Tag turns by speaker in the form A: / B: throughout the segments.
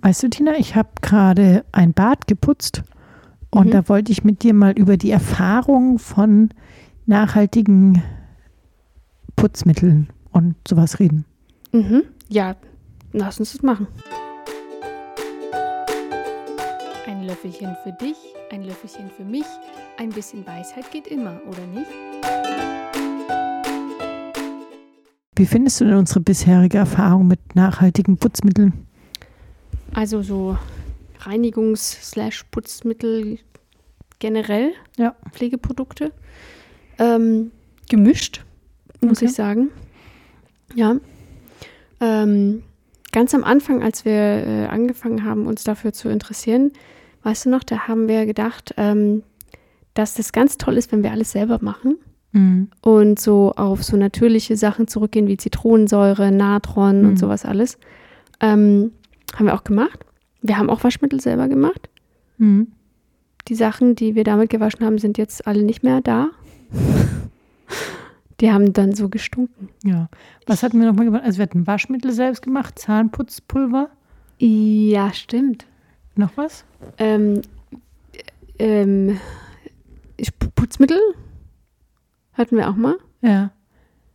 A: Weißt du, Tina, ich habe gerade ein Bad geputzt und
B: Mhm.
A: da wollte ich mit dir mal über die Erfahrung von nachhaltigen Putzmitteln und sowas reden.
B: Mhm. Ja, lass uns das machen. Ein Löffelchen für dich, ein Löffelchen für mich. Ein bisschen Weisheit geht immer, oder nicht?
A: Wie findest du denn unsere bisherige Erfahrung mit nachhaltigen Putzmitteln?
B: Also so Reinigungs-Putzmittel generell,
A: Ja.
B: Pflegeprodukte. Ähm, gemischt, muss
A: Okay.
B: ich sagen. Ja. Ähm, ganz am Anfang, als wir äh, angefangen haben, uns dafür zu interessieren, weißt du noch, da haben wir gedacht, ähm, dass das ganz toll ist, wenn wir alles selber machen
A: Mhm.
B: und so auf so natürliche Sachen zurückgehen wie Zitronensäure, Natron
A: Mhm.
B: und sowas alles. Ähm, haben wir auch gemacht. Wir haben auch Waschmittel selber gemacht.
A: Mhm.
B: Die Sachen, die wir damit gewaschen haben, sind jetzt alle nicht mehr da. die haben dann so gestunken.
A: Ja. Was hatten wir nochmal gemacht? Also wir hatten Waschmittel selbst gemacht, Zahnputzpulver,
B: Ja, stimmt.
A: noch was?
B: Ähm, ähm, Sp- Putzmittel hatten wir auch mal
A: Ja.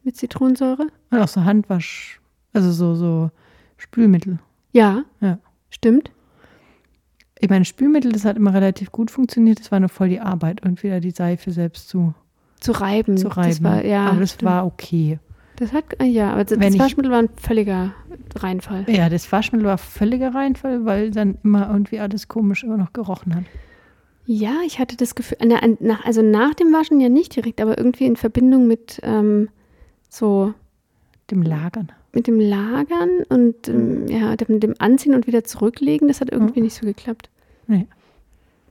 B: mit Zitronensäure.
A: Und auch so Handwasch, also so, so Spülmittel.
B: Ja,
A: Ja.
B: stimmt.
A: Ich meine, Spülmittel, das hat immer relativ gut funktioniert. Das war nur voll die Arbeit und wieder die Seife selbst zu,
B: Zu reiben.
A: zu reiben.
B: Das war, ja,
A: aber das
B: stimmt.
A: war okay.
B: Das hat, äh, ja, aber das,
A: Wenn
B: das
A: ich-
B: Waschmittel war ein völliger Reinfall.
A: Ja, das Waschmittel war völliger Reinfall, weil dann immer irgendwie alles komisch immer noch gerochen hat.
B: Ja, ich hatte das Gefühl, na, an- nach, also nach dem Waschen ja nicht direkt, aber irgendwie in Verbindung mit ähm, so,
A: Dem Lagern.
B: mit dem Lagern und ähm, ja, dem, dem Anziehen und wieder zurücklegen, das hat irgendwie nicht so geklappt.
A: Nee.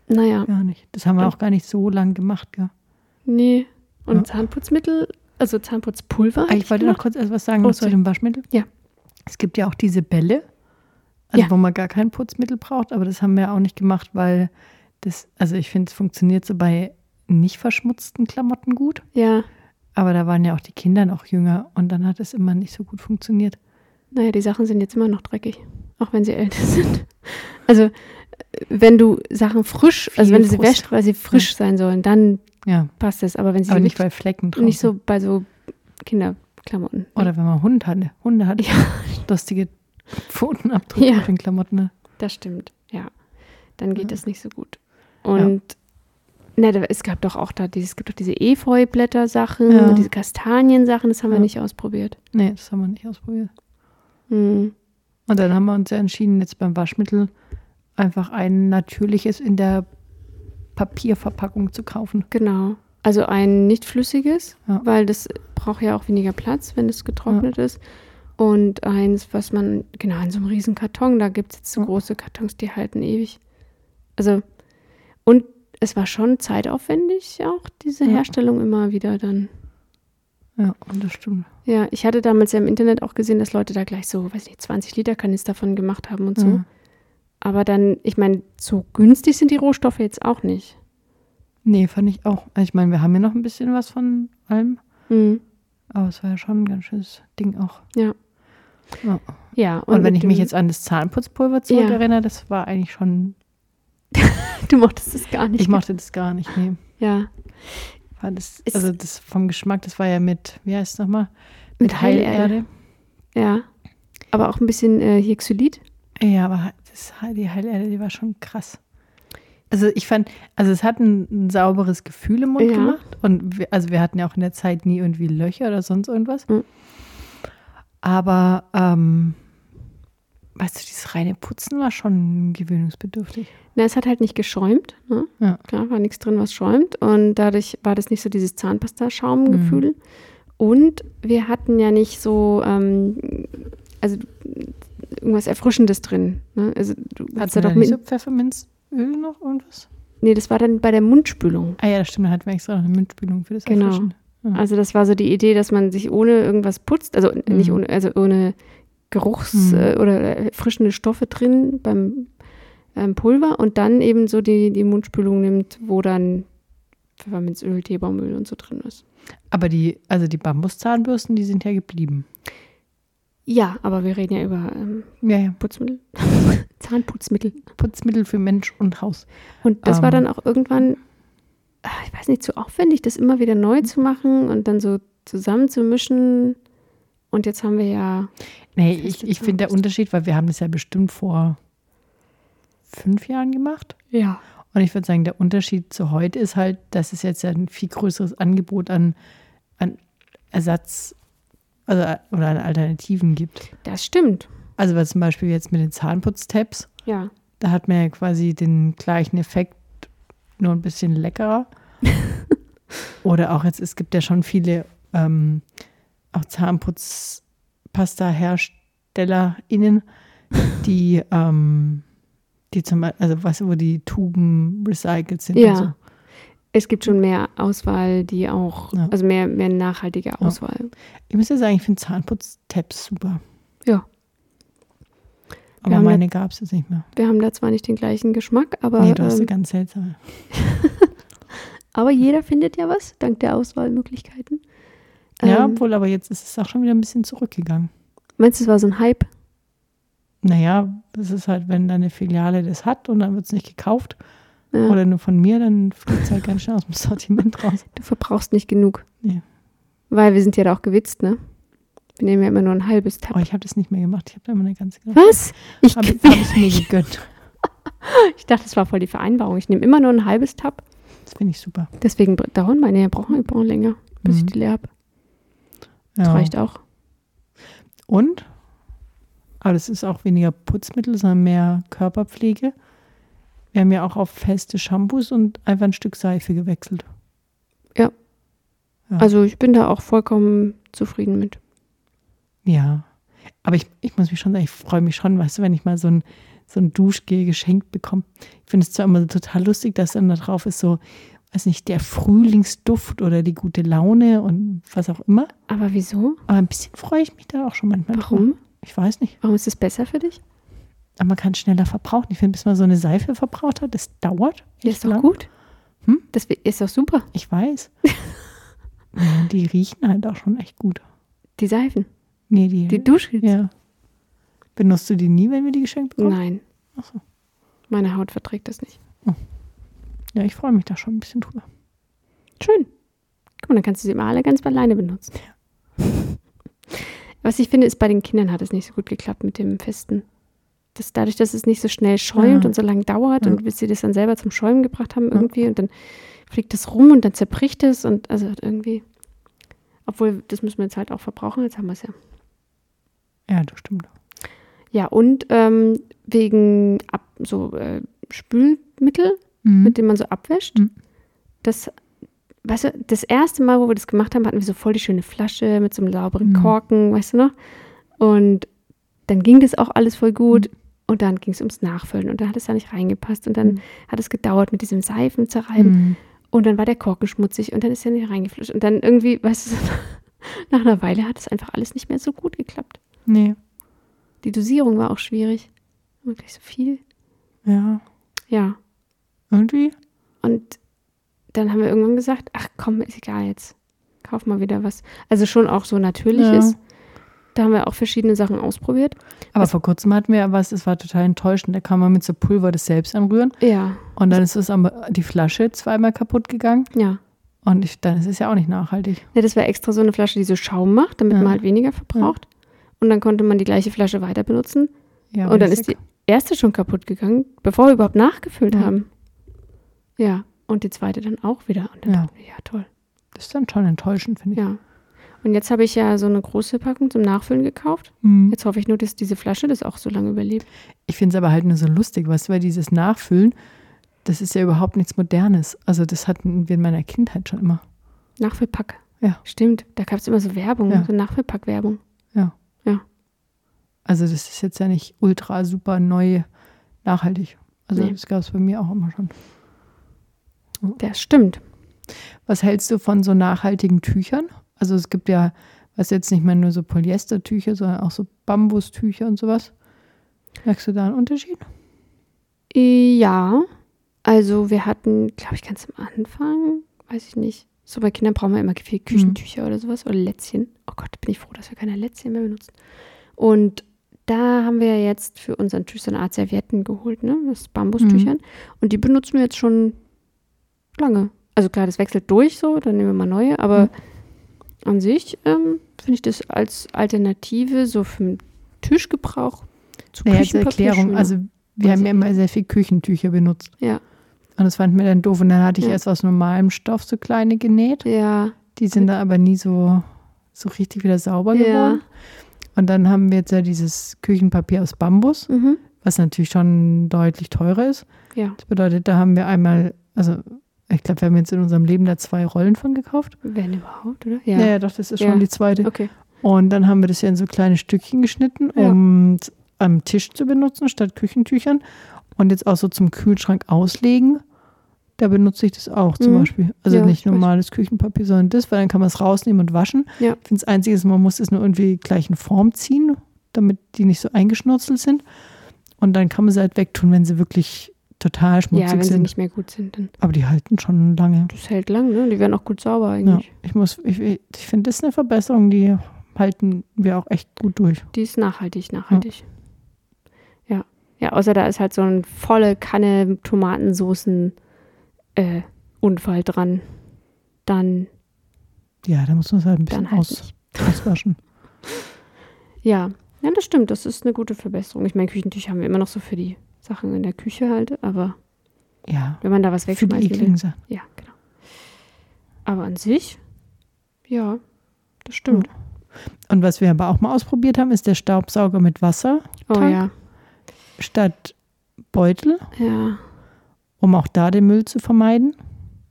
B: Naja,
A: Gar nicht. Das haben wir
B: Ja.
A: auch gar nicht so lang gemacht, gell?
B: nee. Und
A: Ja.
B: Zahnputzmittel, also Zahnputzpulver.
A: Ah, Ich wollte noch kurz etwas sagen
B: Oh,
A: noch zu
B: sorry.
A: dem Waschmittel.
B: Ja.
A: Es gibt ja auch diese Bälle, also
B: Ja.
A: wo man gar kein Putzmittel braucht, aber das haben wir auch nicht gemacht, weil das, also ich finde, es funktioniert so bei nicht verschmutzten Klamotten gut.
B: Ja,
A: Aber da waren ja auch die Kinder noch jünger und dann hat es immer nicht so gut funktioniert.
B: naja, die Sachen sind jetzt immer noch dreckig, auch wenn sie älter sind. Also, äh, wenn du Sachen frisch, also
A: Viel
B: wenn du sie
A: Frust.
B: wäschst, weil sie frisch sein sollen, dann
A: Ja,
B: passt es. Aber wenn sie
A: aber
B: so
A: nicht bei Flecken drauf.
B: nicht so bei so Kinderklamotten.
A: Oder wenn man Hund hatte. Hunde hatten lustige Pfotenabdrücke
B: Ja.
A: auf den Klamotten. ne?
B: Das stimmt, ja. Dann geht
A: Ja.
B: das nicht so gut. Und na, da, es gab doch auch da diese, es gibt doch diese Efeublätter-Sachen,
A: Ja.
B: und diese Kastaniensachen, das haben
A: Ja.
B: wir nicht ausprobiert.
A: Nee, das haben wir nicht ausprobiert.
B: Hm.
A: Und dann haben wir uns ja entschieden, jetzt beim Waschmittel einfach ein natürliches in der Papierverpackung zu kaufen.
B: Genau. Also ein nicht flüssiges,
A: Ja.
B: weil das braucht ja auch weniger Platz, wenn es getrocknet ist. Und eins, was man, genau, in so einem riesen Karton, da gibt es jetzt so
A: Ja.
B: große Kartons, die halten ewig. Also, und es war schon zeitaufwendig, auch diese
A: Ja.
B: Herstellung immer wieder dann.
A: Ja, und das stimmt.
B: Ja, ich hatte damals ja im Internet auch gesehen, dass Leute da gleich so, weiß nicht, 20 Liter Kanister von gemacht haben und so.
A: Ja.
B: Aber dann, ich meine, so günstig sind die Rohstoffe jetzt auch nicht.
A: Nee, fand ich auch. Also Ich meine, wir haben ja noch ein bisschen was von allem,
B: Mhm.
A: aber es war ja schon ein ganz schönes Ding auch.
B: Ja.
A: Ja.
B: Ja,
A: Und, wenn
B: mit
A: ich mich
B: dem-
A: jetzt an das Zahnputzpulver zurück
B: Ja.
A: erinnere, das war eigentlich schon.
B: Du mochtest es gar nicht.
A: Ich mochte das gar nicht. Nee.
B: Ja.
A: War das,
B: Ist-
A: also das vom Geschmack, das war ja mit, wie heißt es nochmal?
B: Mit Heilerde. Ja. Aber auch ein bisschen äh, hier Xylit.
A: Ja, aber das, die Heilerde, die war schon krass. Also ich fand, also es hat ein, ein sauberes Gefühl im Mund
B: Ja.
A: gemacht. Und wir, also wir hatten ja auch in der Zeit nie irgendwie Löcher oder sonst irgendwas.
B: Mhm.
A: Aber ähm, weißt du, dieses reine Putzen war schon gewöhnungsbedürftig.
B: Na, es hat halt nicht geschäumt. Ne?
A: Ja.
B: Klar, war nichts drin, was schäumt. Und dadurch war das nicht so dieses Zahnpasta-Schaumgefühl.
A: Mhm.
B: Und wir hatten ja nicht so, ähm, also irgendwas Erfrischendes drin. Ne? Also du
A: Hatten
B: hast ja
A: wir da
B: doch
A: nicht
B: mit,
A: so Pfefferminzöl noch irgendwas?
B: Nee, das war dann bei der Mundspülung.
A: Ah ja, das stimmt, da hatten wir extra noch eine Mundspülung für das
B: Genau.
A: Erfrischen. Ja.
B: Also das war so die Idee, dass man sich ohne irgendwas putzt, also nicht
A: Mhm.
B: ohne, also ohne Geruchs-
A: Mhm.
B: äh, oder erfrischende Stoffe drin beim, beim Pulver und dann eben so die, die Mundspülung nimmt, wo dann Pfefferminzöl, Teebaumöl und so drin ist.
A: Aber die, also die Bambuszahnbürsten, die sind ja geblieben.
B: Ja, aber wir reden ja über ähm,
A: Ja, ja.
B: Putzmittel. Zahnputzmittel.
A: Putzmittel für Mensch und Haus.
B: Und das war
A: Ähm.
B: dann auch irgendwann, ah, ich weiß nicht, zu aufwendig, das immer wieder neu zu machen und dann so zusammenzumischen. Und jetzt haben wir ja,
A: Nee,
B: Das
A: ich,
B: ist
A: ich finde der
B: lustig.
A: Unterschied, weil wir haben das ja bestimmt vor fünf Jahren gemacht.
B: ja,
A: Und ich würde sagen, der Unterschied zu heute ist halt, dass es jetzt ja ein viel größeres Angebot an, an Ersatz also, oder an Alternativen gibt.
B: das stimmt.
A: Also weil zum Beispiel jetzt mit den Zahnputztabs,
B: Ja,
A: da hat man ja quasi den gleichen Effekt, nur ein bisschen leckerer. oder auch jetzt, es gibt ja schon viele ähm, auch Zahnputzpasta-HerstellerInnen, die, ähm, die zum Beispiel, also weißt du, wo die Tuben recycelt sind
B: Ja.
A: und so.
B: es gibt schon mehr Auswahl, die auch,
A: Ja.
B: also mehr, mehr nachhaltige Auswahl.
A: Ich muss ja sagen, ich finde Zahnputztabs super.
B: Ja. Wir
A: Aber
B: haben
A: meine gab es jetzt nicht mehr.
B: Wir haben da zwar nicht den gleichen Geschmack, aber,
A: nee, du hast eine
B: ähm,
A: ganz seltsame.
B: aber jeder findet ja was, dank der Auswahlmöglichkeiten.
A: ja,
B: Ähm,
A: obwohl, aber jetzt ist es auch schon wieder ein bisschen zurückgegangen.
B: meinst du, es war so ein Hype?
A: Naja, das ist halt, wenn deine Filiale das hat und dann wird es nicht gekauft
B: Ja,
A: oder nur von mir, dann fliegt es halt ganz schnell aus dem Sortiment raus.
B: du verbrauchst nicht genug.
A: Nee.
B: Weil wir sind ja da auch gewitzt, ne? Wir nehmen ja immer nur ein halbes Tab.
A: Aber ich habe das nicht mehr gemacht. Ich habe da immer eine ganze gemacht.
B: Was? Hm, Ich,
A: Habe hab ich mir gegönnt.
B: ich dachte, das war voll die Vereinbarung. Ich nehme immer nur ein halbes Tab.
A: Das finde ich super.
B: Deswegen br- dauern meine ja brauchen, wir brauchen länger, bis ich
A: Mhm.
B: die leer habe. Das
A: Ja.
B: reicht auch.
A: Und, aber das ist auch weniger Putzmittel, sondern mehr Körperpflege. Wir haben ja auch auf feste Shampoos und einfach ein Stück Seife gewechselt. Ja.
B: Also ich bin da auch vollkommen zufrieden mit.
A: Ja. Aber ich, ich muss mich schon sagen, ich freue mich schon, weißt du, wenn ich mal so ein, so ein Duschgel geschenkt bekomme. Ich finde es zwar immer total lustig, dass dann da drauf ist so, weiß nicht, der Frühlingsduft oder die gute Laune und was auch immer.
B: Aber wieso?
A: Aber ein bisschen freue ich mich da auch schon manchmal. drauf.
B: Warum?
A: Ich weiß nicht.
B: Warum ist das besser für dich?
A: Aber man kann schneller verbrauchen. Ich finde, bis man so eine Seife verbraucht hat, das dauert.
B: Ja,
A: echt
B: ist doch
A: lang.
B: gut.
A: Hm?
B: Das wi- ist doch super.
A: Ich weiß. ja, und die riechen halt auch schon echt gut.
B: Die Seifen.
A: Nee, die.
B: Die Dusche.
A: ja. Benutzt du die nie, wenn wir die geschenkt bekommen?
B: Nein.
A: Ach so.
B: Meine Haut verträgt das nicht.
A: Ja, ich freue mich da schon ein bisschen drüber.
B: Schön. Guck mal, dann kannst du sie immer alle ganz alleine benutzen. Was ich finde, ist, bei den Kindern hat es nicht so gut geklappt mit dem Festen. Das, dadurch, dass es nicht so schnell schäumt
A: Ja.
B: und so lange dauert
A: Ja.
B: und bis sie das dann selber zum Schäumen gebracht haben irgendwie und dann fliegt es rum und dann zerbricht es und also hat irgendwie. Obwohl, das müssen wir jetzt halt auch verbrauchen, jetzt haben wir es ja.
A: Ja, das stimmt.
B: Ja, und ähm, wegen Ab so äh, Spülmittel,
A: Mhm.
B: mit dem man so abwäscht.
A: Mhm.
B: Das, weißt du, das erste Mal, wo wir das gemacht haben, hatten wir so voll die schöne Flasche mit so einem sauberen
A: Mhm.
B: Korken, weißt du noch? Und dann ging das auch alles voll gut.
A: Mhm.
B: Und dann ging es ums Nachfüllen und dann hat es da nicht reingepasst und dann
A: Mhm.
B: hat es gedauert mit diesem Seifen zerreiben
A: Mhm.
B: und dann war der Korken schmutzig und dann ist er nicht reingefluscht und dann irgendwie, weißt du, nach einer Weile hat es einfach alles nicht mehr so gut geklappt.
A: Nee,
B: Die Dosierung war auch schwierig. Immer gleich so viel.
A: ja.
B: Ja.
A: Irgendwie?
B: Und dann haben wir irgendwann gesagt, ach komm, ist egal jetzt. Kauf mal wieder was. Also schon auch so
A: Ja.
B: natürliches. Da haben wir auch verschiedene Sachen ausprobiert.
A: Aber vor kurzem hatten wir was, es war total enttäuschend. Da kann man mit so Pulver das selbst anrühren.
B: Ja,
A: Und dann ist es aber die Flasche zweimal kaputt gegangen.
B: ja.
A: Und ich, dann ist es ja auch nicht nachhaltig.
B: ja das war extra so eine Flasche, die so Schaum macht, damit
A: Ja.
B: man halt weniger verbraucht. Und dann konnte man die gleiche Flasche weiter benutzen.
A: Ja,
B: Und dann
A: basic.
B: ist die erste schon kaputt gegangen, bevor wir überhaupt nachgefüllt
A: Ja.
B: haben. Ja, und die zweite dann auch wieder. Und dann
A: Ja.
B: dachten wir, ja, toll.
A: Das ist dann schon enttäuschend, finde ich.
B: Ja. Und jetzt habe ich ja so eine große Packung zum Nachfüllen gekauft.
A: Mhm.
B: Jetzt hoffe ich nur, dass diese Flasche das auch so lange überlebt.
A: Ich finde es aber halt nur so lustig, weißt du, weil dieses Nachfüllen, das ist ja überhaupt nichts Modernes. Also das hatten wir in meiner Kindheit schon immer.
B: Nachfüllpack.
A: Ja.
B: Stimmt, da gab es immer so Werbung,
A: Ja.
B: so Nachfüllpack-Werbung.
A: Also das ist jetzt ja nicht ultra super neu nachhaltig. Also
B: Nee.
A: das gab es bei mir auch immer schon.
B: Das stimmt.
A: Was hältst du von so nachhaltigen Tüchern? Also es gibt ja, was jetzt nicht mehr nur so Polyestertücher, sondern auch so Bambustücher und sowas. Merkst du da einen Unterschied?
B: Ja, also wir hatten, glaube ich, ganz am Anfang, weiß ich nicht, so bei
A: Mhm.
B: Kindern brauchen wir immer viel Küchentücher oder sowas oder Lätzchen. Oh Gott, bin ich froh, dass wir keine Lätzchen mehr benutzen. Und da haben wir jetzt für unseren Tisch so eine Art Servietten geholt, ne? Aus Bambustüchern.
A: Mhm.
B: Und die benutzen wir jetzt schon lange. Also klar, das wechselt durch so, dann nehmen wir mal neue,
A: Mhm.
B: aber an sich ähm, finde ich das als Alternative so für den Tischgebrauch zu
A: Naja, als
B: Küchenpapier
A: Erklärung,
B: schöner.
A: also wir
B: Weiß
A: haben
B: ich
A: ja immer sehr viel Küchentücher benutzt.
B: Ja,
A: Und das fand mir dann doof. Und dann hatte ich
B: Ja.
A: erst aus normalem Stoff so kleine genäht.
B: ja,
A: Die sind da aber nie so, so richtig wieder sauber
B: ja.
A: geworden. Und dann haben wir jetzt ja dieses Küchenpapier aus Bambus,
B: Mhm.
A: was natürlich schon deutlich teurer ist.
B: Ja,
A: Das bedeutet, da haben wir einmal, also ich glaube, wir haben jetzt in unserem Leben da zwei Rollen von gekauft.
B: wenn überhaupt, oder?
A: Ja, ja doch, das ist
B: Ja.
A: schon die zweite.
B: Okay.
A: Und dann haben wir das ja in so kleine Stückchen geschnitten,
B: Ja.
A: um es am Tisch zu benutzen, statt Küchentüchern. Und jetzt auch so zum Kühlschrank auslegen. Da benutze ich das auch zum
B: Mhm.
A: Beispiel. Also
B: Ja,
A: nicht
B: ich weiß.
A: normales Küchenpapier, sondern das, weil dann kann man es rausnehmen und waschen.
B: Ja.
A: Ich finde das Einzige ist, man muss es nur irgendwie gleich in Form ziehen, damit die nicht so eingeschnurzelt sind. Und dann kann man sie halt wegtun, wenn sie wirklich total schmutzig
B: Ja, wenn sie
A: sind.
B: nicht mehr gut sind, dann
A: Aber die halten schon lange.
B: das hält lang, ne? Die werden auch gut sauber
A: Ja,
B: eigentlich.
A: ich muss, ich, ich finde, das ist eine Verbesserung, die halten wir auch echt gut durch.
B: Die ist nachhaltig, nachhaltig. Ja. Ja, außer da ist halt so ein volle Kanne Tomatensoßen äh, Unfall dran. Dann,
A: Ja, da muss man es halt ein bisschen
B: dann halt
A: aus,
B: nicht.
A: auswaschen.
B: Ja. ja, das stimmt. Das ist eine gute Verbesserung. Ich meine, Küchentücher haben wir immer noch so für die Sachen in der Küche halt, aber
A: Ja,
B: wenn man da was
A: für die
B: wegschmeißen will.
A: ekligen Sachen.
B: Ja, genau. Aber an sich, ja, das stimmt.
A: Und was wir aber auch mal ausprobiert haben, ist der Staubsauger mit Wasser
B: Oh ja.
A: Tank. statt Beutel,
B: Ja.
A: um auch da den Müll zu vermeiden.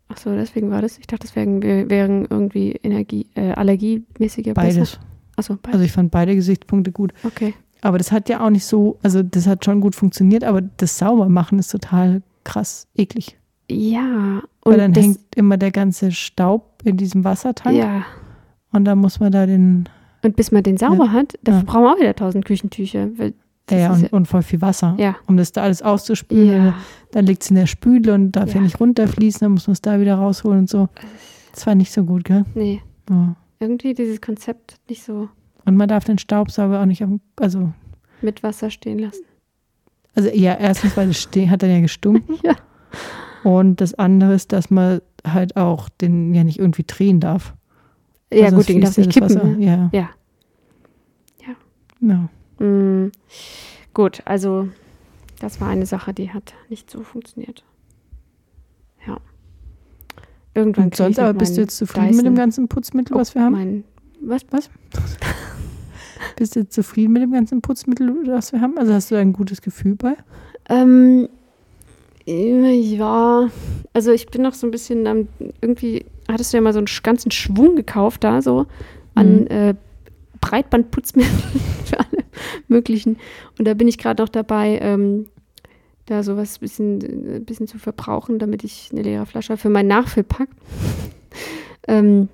B: Ach so, deswegen war das. Ich dachte, das wären, wären irgendwie Energie, äh, allergiemäßige
A: Beides.
B: Achso, beides.
A: Also ich fand beide Gesichtspunkte gut.
B: okay.
A: Aber das hat ja auch nicht so, also das hat schon gut funktioniert, aber das Saubermachen ist total krass eklig.
B: Ja.
A: Weil dann
B: das,
A: hängt immer der ganze Staub in diesem Wassertank
B: Ja.
A: und dann muss man da den
B: Und bis man den sauber hat, dafür
A: Ja.
B: brauchen wir auch wieder tausend Küchentücher. Weil das
A: Ja,
B: ist
A: und, und voll viel Wasser.
B: Ja.
A: Um das da alles
B: ja,
A: auszuspülen.
B: ja.
A: Dann liegt es in der Spüle und darf ja.
B: Ja.
A: nicht runterfließen, dann muss man es da wieder rausholen und so. Das war nicht so gut, gell?
B: Nee.
A: Ja.
B: Irgendwie dieses Konzept nicht so
A: Und man darf den Staubsauger auch nicht am, also,
B: mit Wasser stehen lassen.
A: also ja, erstens, weil das Ste- hat dann ja gestunken.
B: Ja.
A: Und das andere ist, dass man halt auch den ja nicht irgendwie drehen darf.
B: Ja,
A: Weil
B: gut,
A: Also sonst
B: den darfst du nicht
A: fließt ja das
B: kippen.
A: Wasser.
B: Ne?
A: Ja.
B: Ja. Ja.
A: ja.
B: Mm, gut, also das war eine Sache, die hat nicht so funktioniert. Ja. Irgendwann
A: Und
B: krieg
A: sonst
B: ich noch
A: aber bist du
B: meinen
A: jetzt zufrieden mit
B: Dyson-
A: dem ganzen Putzmittel, was wir
B: Oh,
A: haben?
B: Mein, was?
A: Bist du jetzt zufrieden mit dem ganzen Putzmittel, das wir haben? Also hast du da ein gutes Gefühl bei?
B: Ähm, äh, ja, also ich bin noch so ein bisschen am, irgendwie hattest du ja mal so einen sch- ganzen Schwung gekauft da so an
A: Mhm.
B: äh, Breitbandputzmittel für alle möglichen. Und da bin ich gerade noch dabei, ähm, da sowas ein bisschen, äh, bisschen zu verbrauchen, damit ich eine leere Flasche für meinen Nachfüllpack. ähm,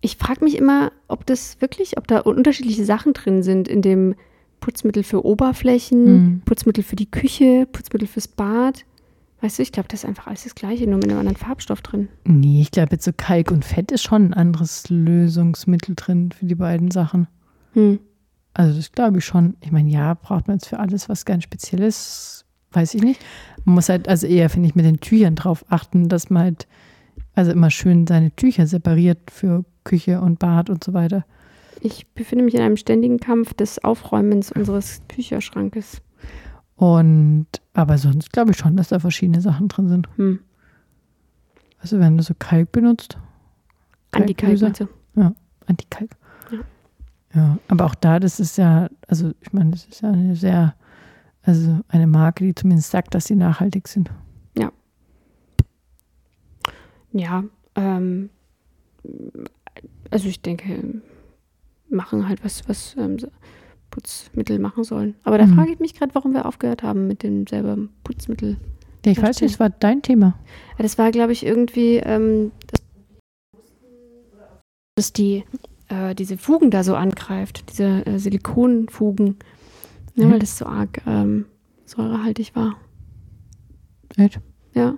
B: ich frage mich immer, ob das wirklich, ob da unterschiedliche Sachen drin sind in dem Putzmittel für Oberflächen,
A: Mhm.
B: Putzmittel für die Küche, Putzmittel fürs Bad. Weißt du, ich glaube, das ist einfach alles das Gleiche, nur mit einem anderen Farbstoff drin.
A: Nee, ich glaube jetzt so Kalk und Fett ist schon ein anderes Lösungsmittel drin für die beiden Sachen.
B: Hm.
A: Also das glaube ich schon. Ich meine, ja, braucht man jetzt für alles was ganz Spezielles, weiß ich nicht. Man muss halt, also eher finde ich mit den Tüchern drauf achten, dass man halt, also immer schön seine Tücher separiert für Küche und Bad und so weiter.
B: Ich befinde mich in einem ständigen Kampf des Aufräumens unseres Bücherschrankes.
A: Und, aber sonst glaube ich schon, dass da verschiedene Sachen drin sind.
B: Hm.
A: Also wenn du so Kalk benutzt,
B: Antikalk
A: Kalklöser.
B: und so.
A: Antikalk.
B: Ja.
A: Ja, aber auch da, das ist ja, also ich meine, das ist ja eine sehr, also eine Marke, die zumindest sagt, dass sie nachhaltig sind.
B: Ja, ähm, also ich denke, machen halt was, was ähm, so Putzmittel machen sollen. Aber da
A: Mhm.
B: frage ich mich gerade, warum wir aufgehört haben mit dem selber Putzmittel.
A: Ja, ich
B: Das
A: weiß nicht, das war dein Thema.
B: Ja, Das war, glaube ich, irgendwie, ähm, das- dass die äh, diese Fugen da so angreift, diese äh, Silikonfugen, ne,
A: Mhm.
B: weil das so arg ähm, säurehaltig war.
A: Echt?
B: Ja,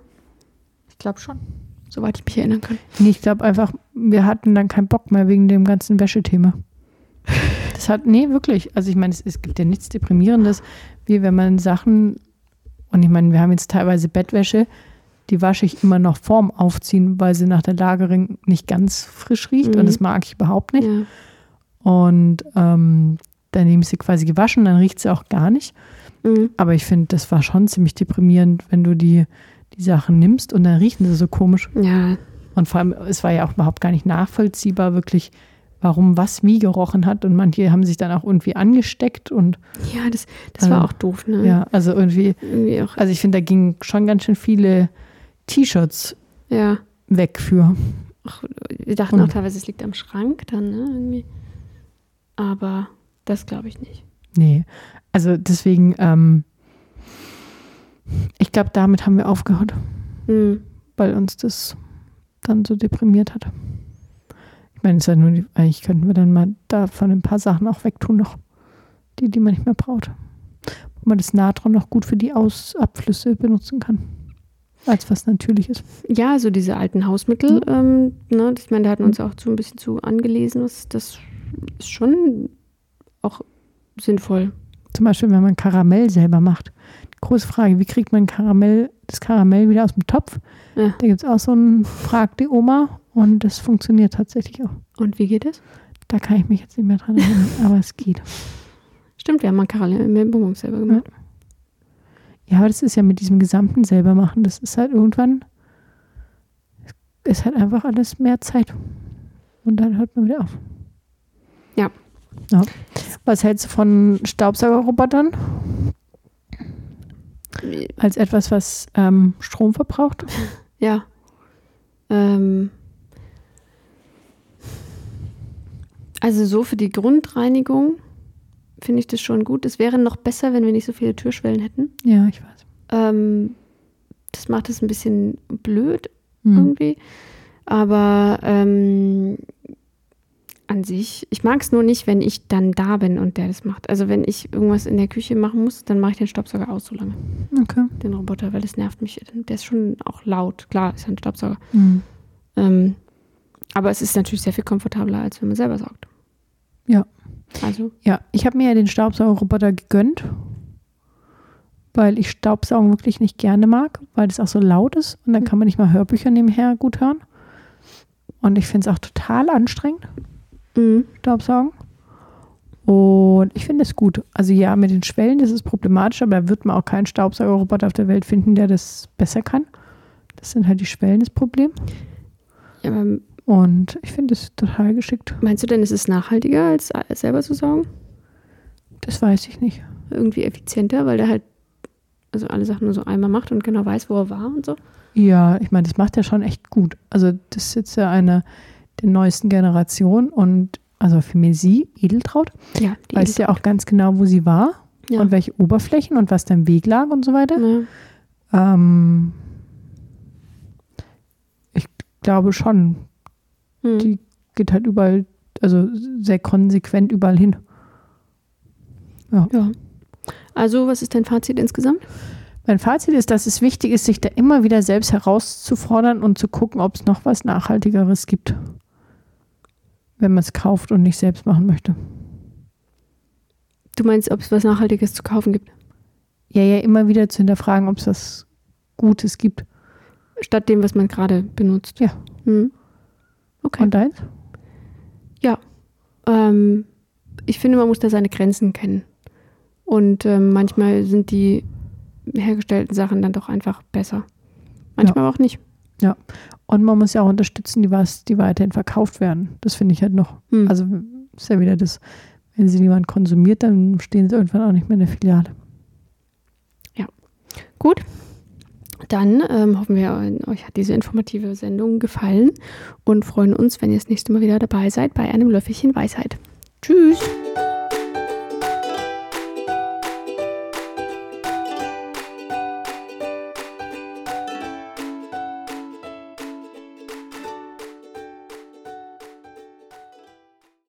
A: Ich glaube schon.
B: soweit ich mich erinnern kann.
A: Nee, ich glaube einfach, wir hatten dann keinen Bock mehr wegen dem ganzen Wäschethema. Das es hat, nee, wirklich. Also ich meine, es, es gibt ja nichts Deprimierendes, wie wenn man Sachen, und ich meine, wir haben jetzt teilweise Bettwäsche, die wasche ich immer noch vorm Aufziehen, weil sie nach der Lagerung nicht ganz frisch riecht
B: Mhm.
A: und das mag ich überhaupt nicht.
B: Ja.
A: Und ähm, dann nehme ich sie quasi gewaschen, dann riecht sie auch gar nicht.
B: Mhm.
A: Aber ich finde, das war schon ziemlich deprimierend, wenn du die, die Sachen nimmst und dann riechen sie so komisch.
B: ja,
A: Und vor allem, es war ja auch überhaupt gar nicht nachvollziehbar, wirklich, warum was wie gerochen hat. Und manche haben sich dann auch irgendwie angesteckt und
B: ja, das, das
A: Also,
B: war auch doof, ne?
A: ja, also irgendwie,
B: Irgendwie auch,
A: also ich finde, da gingen schon ganz schön viele T-Shirts
B: ja.
A: weg für.
B: Ach, wir dachten auch
A: Und-
B: teilweise, es liegt am Schrank dann, ne? Irgendwie. Aber das glaube ich nicht.
A: Nee. Also deswegen, ähm, ich glaube, damit haben wir aufgehört.
B: Mhm.
A: weil uns das dann so deprimiert hat. Ich meine, es ist ja nur die, eigentlich könnten wir dann mal davon ein paar Sachen auch wegtun noch, die, die man nicht mehr braucht. Wo man das Natron noch gut für die Aus Abflüsse benutzen kann. Als was natürlich ist.
B: Ja, also diese alten
A: Mhm.
B: Hausmittel, ähm, ne? Ich meine, da hatten wir uns auch so ein bisschen zu angelesen. Das, das ist schon auch sinnvoll.
A: Zum Beispiel, wenn man Karamell selber macht. Große Frage, wie kriegt man Karamell, das Karamell wieder aus dem Topf?
B: Ja.
A: Da gibt es auch so einen Frag die Oma und das funktioniert tatsächlich auch.
B: Und wie geht das?
A: Da kann ich mich jetzt nicht mehr dran erinnern, aber es geht.
B: Stimmt, wir haben mal Karamellbonbons selber gemacht.
A: Ja, aber das ist ja mit diesem gesamten selbermachen. Das ist halt irgendwann, es hat einfach alles mehr Zeit. Und dann hört man wieder auf.
B: Ja.
A: ja. Was hältst du von Staubsaugerrobotern als etwas, was ähm, Strom verbraucht?
B: Ja. Ähm, also so für die Grundreinigung finde ich das schon gut. Es wäre noch besser, wenn wir nicht so viele Türschwellen hätten.
A: Ja, ich weiß.
B: Ähm, das macht es ein bisschen blöd
A: Hm.
B: irgendwie. Aber ähm, an sich, ich mag es nur nicht, wenn ich dann da bin und der das macht. Also wenn ich irgendwas in der Küche machen muss, dann mache ich den Staubsauger aus so lange,
A: Okay.
B: den Roboter, weil das nervt mich. Der ist schon auch laut. Klar, ist ja ein Staubsauger.
A: Hm.
B: Ähm, aber es ist natürlich sehr viel komfortabler, als wenn man selber saugt.
A: Ja.
B: Also,
A: Ja, ich habe mir ja den Staubsaugerroboter gegönnt, weil ich Staubsaugen wirklich nicht gerne mag, weil das auch so laut ist und dann kann man nicht mal Hörbücher nebenher gut hören. Und ich finde es auch total anstrengend, Mhm. Staubsaugen. Und ich finde es gut. Also ja, mit den Schwellen, das ist problematisch, aber da wird man auch keinen Staubsaugerroboter auf der Welt finden, der das besser kann. Das sind halt die Schwellen das Problem.
B: ja, aber
A: Und ich finde es total geschickt.
B: meinst du denn, es ist nachhaltiger, als als selber zu saugen?
A: Das weiß ich nicht.
B: Irgendwie effizienter, weil der halt also alle Sachen nur so einmal macht und genau weiß, wo er war und so?
A: Ja, ich meine, das macht er schon echt gut. Also das ist jetzt ja eine der neuesten Generation und also für mich sie, Edeltraut,
B: Ja, die
A: weiß ja auch ganz genau, wo sie war
B: Ja.
A: und welche Oberflächen und was da im Weg lag und so weiter.
B: Ja.
A: Ähm, ich glaube schon,
B: Hm.
A: Die- geht halt überall, also sehr konsequent überall hin.
B: ja. Also, was ist dein Fazit insgesamt?
A: Mein Fazit ist, dass es wichtig ist, sich da immer wieder selbst herauszufordern und zu gucken, ob es noch was Nachhaltigeres gibt, wenn man es kauft und nicht selbst machen möchte.
B: Du meinst, ob es was Nachhaltiges zu kaufen gibt?
A: Ja, ja, immer wieder zu hinterfragen, ob es was Gutes gibt.
B: Statt dem, was man gerade benutzt?
A: Ja.
B: Hm. Okay.
A: Und deins?
B: Ähm, ich finde, man muss da seine Grenzen kennen. Und ähm, manchmal sind die hergestellten Sachen dann doch einfach besser. Manchmal aber auch nicht.
A: Und man muss ja auch unterstützen, die was, die weiterhin verkauft werden. Das finde ich halt noch.
B: Hm.
A: Also ist ja wieder das, wenn sie niemand konsumiert, dann stehen sie irgendwann auch nicht mehr in der Filiale.
B: Gut. Dann ähm, hoffen wir, euch hat diese informative Sendung gefallen und freuen uns, wenn ihr das nächste Mal wieder dabei seid bei einem Löffelchen Weisheit. Tschüss.